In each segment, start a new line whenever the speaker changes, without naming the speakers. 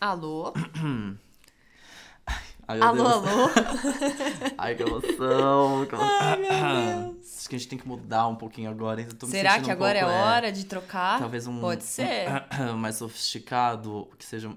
Alô?
Ai, meu
Alô,
Deus.
alô?
Ai, que emoção. Que emoção.
Ai, meu Deus.
Acho que a gente tem que mudar um pouquinho agora, hein? Eu tô me
Será
sentindo
que
um
agora
pouco,
é hora de trocar?
Talvez um.
Pode ser.
um mais sofisticado, que seja.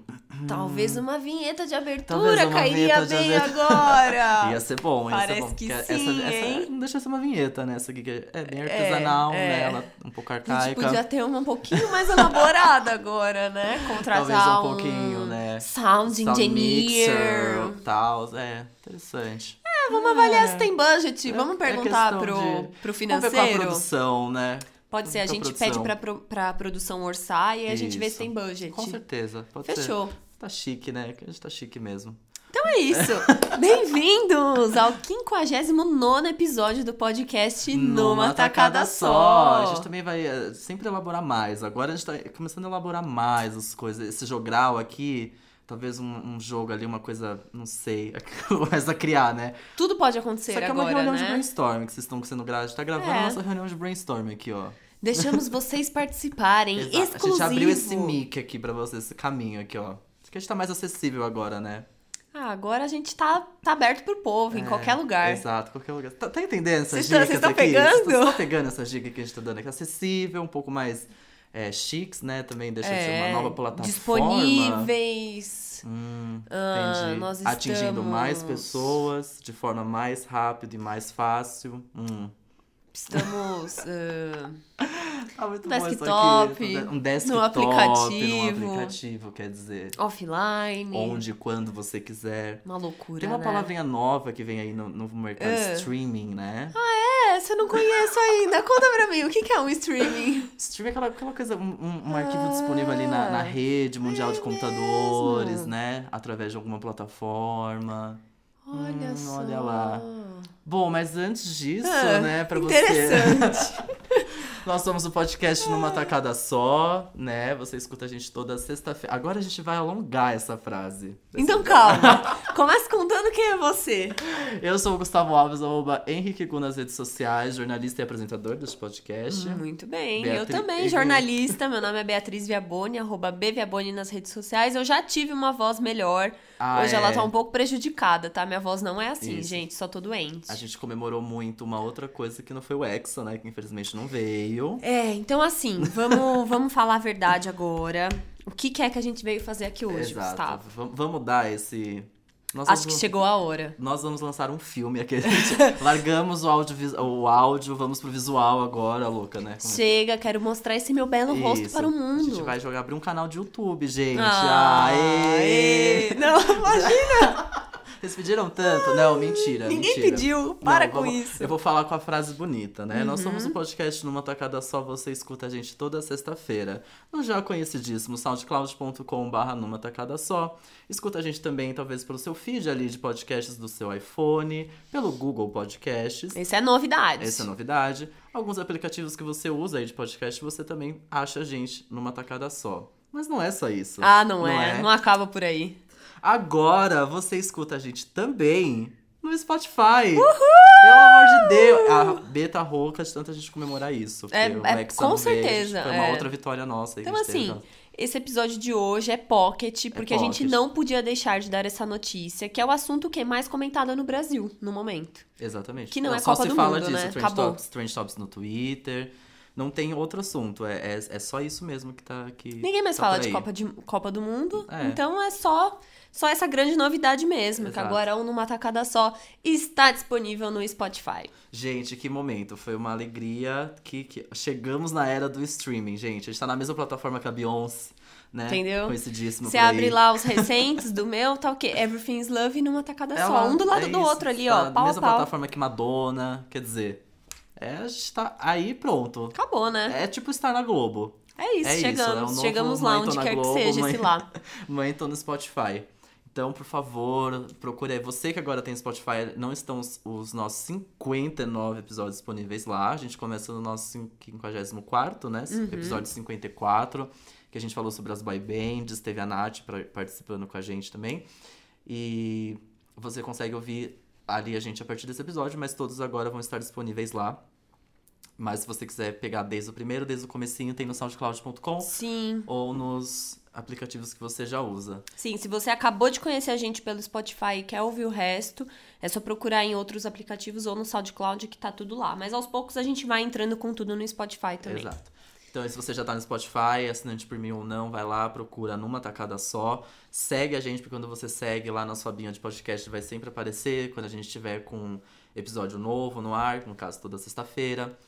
Talvez uma vinheta de
hum. Talvez
abertura
uma
cairia
vinheta de
bem
abertura.
agora.
Ia ser bom, ia ser
Ah, Parece
bom.
que
porque
sim,
essa,
hein?
essa não deixa de ser uma vinheta, né? Essa aqui que é- é bem artesanal,
é.
né? Ela é um pouco
A gente
arcaica.
podia ter uma um pouquinho mais elaborada agora, né? Contratar
Talvez um pouquinho, né?
sound
Sound
engineer.
mixer, tal, é, interessante.
É, vamos avaliar se tem budget. Vamos
É
perguntar
questão
pro, pro
Vamos ver qual é a
financeiro.
produção, né?
Pode ser, a
Vamos ver
gente
com a
pede
produção.
pra, pro- pra produção orçar e a gente vê se
Isso.
tem budget.
Com certeza, pode ser.
Fechou.
Tá chique, né? Que A gente tá chique mesmo.
Então é isso. Bem-vindos ao 59 episódio do podcast Numa Tacada
A
Só. tá-
gente também vai eh, sempre elaborar mais. Agora a gente tá começando a elaborar mais as coisas. Esse jogral aqui, talvez um, um jogo ali, uma coisa, não sei, mais a criar, né?
Tudo pode acontecer
Isso aqui é uma
agora,
reunião de
né?
brainstorming que vocês estão sendo gravados. A gente tá gravando
É.
a nossa reunião de brainstorming aqui, ó.
Deixamos vocês participarem.
Exato.
Exclusivo.
A gente abriu esse mic aqui pra vocês, esse caminho aqui, ó. Acho que a gente tá mais acessível agora, né?
Ah, agora a gente tá, tá aberto pro povo, em
É,
qualquer lugar.
Exato, qualquer lugar. Tá, tá entendendo essas
Vocês tão-
dicas
vocês tão
aqui?
pegando?
Vocês estão pegando essas dicas que a gente tá dando aqui? Acessível, um pouco mais é, chiques, né? Também deixa de ser
É,
uma nova plataforma.
Disponíveis.
Hum,
Ah,
entendi.
nós
Atingindo mais
estamos-
pessoas de forma mais rápida e mais fácil. Hum.
Estamos ah,
Ah, muito
Um
bom isso
desktop,
aqui. Um desktop,
num aplicativo.
num aplicativo, quer dizer.
offline.
Onde, quando você quiser.
Uma loucura,
Tem uma
né?
palavrinha nova que vem aí no, no mercado
Ah.
streaming, né?
É, essa eu não conheço ainda. Conta pra mim, o que que é um streaming?
Streaming é aquela, aquela coisa, um, um- um arquivo
Ah.
disponível ali na, na rede mundial de
É
computadores,
mesmo.
né? Através de alguma plataforma.
Olha
Hum,
só.
olha lá. Bom, mas antes disso,
Ah,
né, pra você.
Interessante. Ah.
Nós somos o podcast numa tacada só, né? Você escuta a gente toda sexta-feira. Agora a gente vai alongar essa frase.
então calma. Começa contando quem é você.
Eu sou o Gustavo Alves, arroba Henrique Gu nas redes sociais, jornalista e apresentador deste podcast.
Muito bem, eu
Beatriz-
também, jornalista. Meu nome é Beatriz Viaboni, arroba B Viaboni nas redes sociais. Eu já tive uma voz melhor.
Ah,
Hoje
é.
ela tá um pouco prejudicada, tá? Minha voz não é assim,
Isso.
gente, só tô doente.
A gente comemorou muito uma outra coisa que não foi o Hexa, né? Que infelizmente não veio.
É, então assim, vamos, vamos falar a verdade agora. O que, que é que a gente veio fazer aqui hoje,
Exato.
Gustavo?
Vam- Vamos dar esse. Nós
Acho que
vamos...
chegou a hora.
Nós vamos lançar um filme aqui. gente. Largamos o, audiovis... o áudio, vamos pro visual agora, louca, né? Como- é?
Chega, quero mostrar esse meu belo rosto
Isso.
para o
A gente
mundo.
vai jogar abrir um canal de YouTube, gente.
Ah,
Aê!
aê. Não, imagina,
Vocês pediram tanto? Não, mentira.
ninguém
É mentira.
pediu. Para
Não,
com
vamos-
isso. Uhum.
Eu vou falar com a frase bonita, né? Nós somos um podcast numa tacada só, você escuta a gente toda sexta-feira. No já conhecidíssimo soundcloud.com.br numa tacada só. Escuta a gente também, talvez, pelo seu feed ali de podcasts do seu iPhone, pelo Google Podcasts.
Essa é novidade.
Essa é a novidade. Alguns aplicativos que você usa aí de podcast, você também acha a gente numa tacada só. Mas não é só isso.
Ah, não, é. Não acaba por aí.
Agora você escuta a gente também no Spotify. Uhul! Pelo amor de Deus! A B tá rouca de tanta gente comemorar isso.
É-
porque o
é-
Hexa
com
não veio,
certeza,
Foi uma
é.
outra vitória nossa. aí que
Então,
a gente teve,
assim, esse episódio de hoje é pocket, porque a gente
pocket.
não podia deixar de dar essa notícia, que é o assunto que é mais comentado no Brasil, no momento.
ó. Exatamente.
que não é
Só
Copa
se
do
fala
Mundo,
disso.
né?
Trend
Acabou.
Tops, Trend Tops no Twitter. Não tem outro assunto. É, é, é só isso mesmo que tá aqui.
Ninguém mais
tá
fala
por
de
aí.
Copa, de Copa do Mundo,
É.
então é só só essa grande novidade mesmo, que
Exato.
agora um numa tacada só está disponível no Spotify.
Gente, que momento. Foi uma alegria que, que- chegamos na era do streaming, gente. A gente tá na mesma plataforma que a Beyoncé, né?
Entendeu?
Conhecidíssima
Você
por aí.
abre lá os recentes do meu, tá o quê? Everything's Love numa tacada
É
só.
lá,
Um do lado
é
do
isso,
outro ali,
tá
ó.
na
Pau a
mesma
pau.
plataforma que Madonna, quer dizer. É, a gente tá aí pronto.
Acabou, né?
É tipo estar na Globo.
É isso,
É isso, é o
chegamos.
novo
chegamos lá
Mãe Tô
onde
na
quer
Globo,
que seja
Mãe-
esse lá.
Mãe, tô no Spotify. Então, por favor, procure aí. Você que agora tem Spotify, não estão os, os nossos 59 episódios disponíveis lá. A gente começa no nosso cin- 54, né? Episódio 54, que a gente falou sobre as boy bands. Teve a Nath pra- participando com a gente também. E você consegue ouvir ali a gente a partir desse episódio, mas todos agora vão estar disponíveis lá. Mas se você quiser pegar desde o primeiro, desde o comecinho, tem no soundcloud.com
Sim.
ou nos aplicativos que você já usa.
Sim, se você acabou de conhecer a gente pelo Spotify e quer ouvir o resto, é só procurar em outros aplicativos ou no SoundCloud que tá tudo lá. Mas aos poucos a gente vai entrando com tudo no Spotify também.
Exato. Então, e se você já tá no Spotify, assinante por mim ou não, vai lá, procura numa tacada só. Segue a gente, porque quando você segue lá na sua abinha de podcast, vai sempre aparecer. Quando a gente tiver com episódio novo no ar, no caso, toda sexta-feira.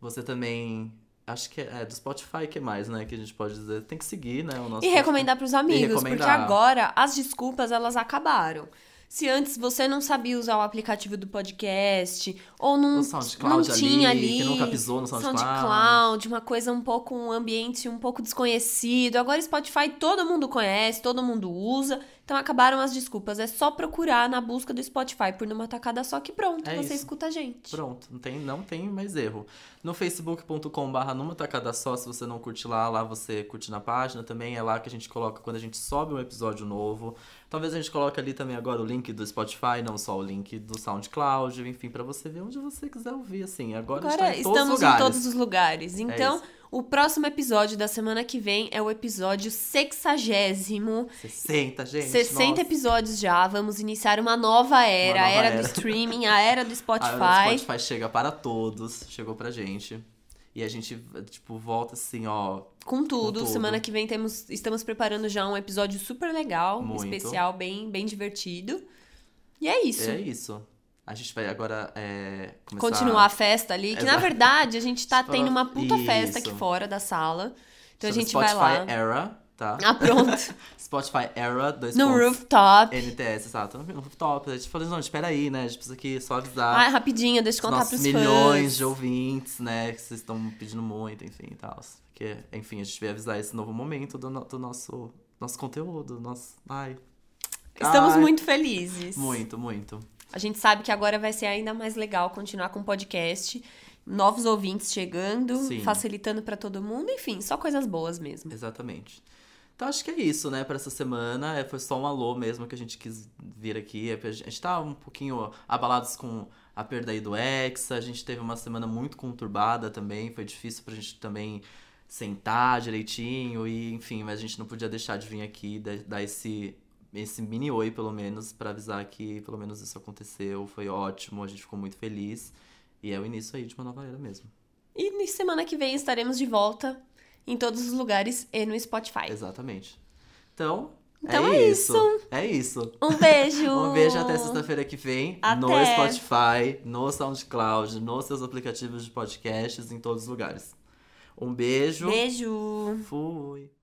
Você também. Acho que é, é do Spotify que mais, né? Que a gente pode dizer. Tem que seguir, né? O nosso
E recomendar pros amigos, porque
recomendar.
agora as desculpas elas acabaram. Se antes você não sabia usar o aplicativo do podcast, ou não,
O SoundCloud
não
ali,
tinha ali,
que nunca pisou no SoundCloud.
SoundCloud, uma coisa um pouco, um ambiente um pouco desconhecido. Agora Spotify todo mundo conhece, todo mundo usa. Então acabaram as desculpas. É só procurar na busca do Spotify por numa tacada só que pronto,
É
você
isso.
escuta a gente.
Pronto, não tem, não tem mais erro. No facebook.com.br numa tacada só, se você não curte lá, lá você curte na página também. É lá que a gente coloca quando a gente sobe um episódio novo. Talvez a gente coloque ali também agora o link do Spotify, não só o link do SoundCloud, enfim, pra você ver onde você quiser ouvir, assim. Agora, a gente
Agora
tá em todos os
estamos em
lugares. É
todos os lugares. Então,
isso.
o próximo episódio da semana que vem é o episódio sexagésimo.
60, gente.
60
nossa.
episódios já, vamos iniciar uma nova era,
Uma
a
nova
era,
era.
do streaming, a era do Spotify.
Ah, o Spotify chega para todos, chegou pra gente. E a gente, tipo, volta assim, ó.
Com tudo,
Com tudo.
semana que vem temos, estamos preparando já um episódio super legal, um
Muito.
especial, bem, bem divertido. E é isso.
É isso. A gente vai agora é, começar
Continuar a festa ali, que na
Exato.
verdade a gente tá
Fala-
tendo uma puta festa aqui
Isso.
fora da sala. Então a
Chama
gente vai lá.
Spotify Era, tá?
Ah, pronto.
Spotify Era 2.
No rooftop.
NTS, exato. No rooftop. A gente falou, não, espera aí, né? A gente precisa aqui só avisar.
Ah, rapidinho, deixa eu
os
contar
nossos
pros
milhões
fãs.
de ouvintes, né? Que vocês estão pedindo muito, enfim, e tal. Porque, enfim, a gente veio avisar esse novo momento do, no- do nosso, nosso conteúdo. Nosso... Ai,
Estamos
Ai.
muito felizes.
muito, muito.
A gente sabe que agora vai ser ainda mais legal continuar com o podcast, novos ouvintes chegando,
Sim.
facilitando pra todo mundo, enfim, só coisas boas mesmo.
Exatamente. Então acho que é isso, né, pra essa semana. É, foi só um alô mesmo que a gente quis vir aqui. É, porque a gente tá um pouquinho abalados com a perda aí do Hexa. A gente teve uma semana muito conturbada também. Foi difícil pra gente também sentar direitinho e, enfim, mas a gente não podia deixar de vir aqui dar, dar esse esse mini oi pelo menos pra avisar que pelo menos isso aconteceu. Foi ótimo, a gente ficou muito feliz. E é o início aí de uma nova era mesmo.
E na semana que vem estaremos de volta em todos os lugares e no Spotify.
Exatamente. Então,
É Então
é,
é
isso. É isso.
Um beijo!
Um beijo até sexta-feira que vem no
Até.
Spotify, no SoundCloud, nos seus aplicativos de podcasts, em todos os lugares. Um beijo.
Beijo!
Fui.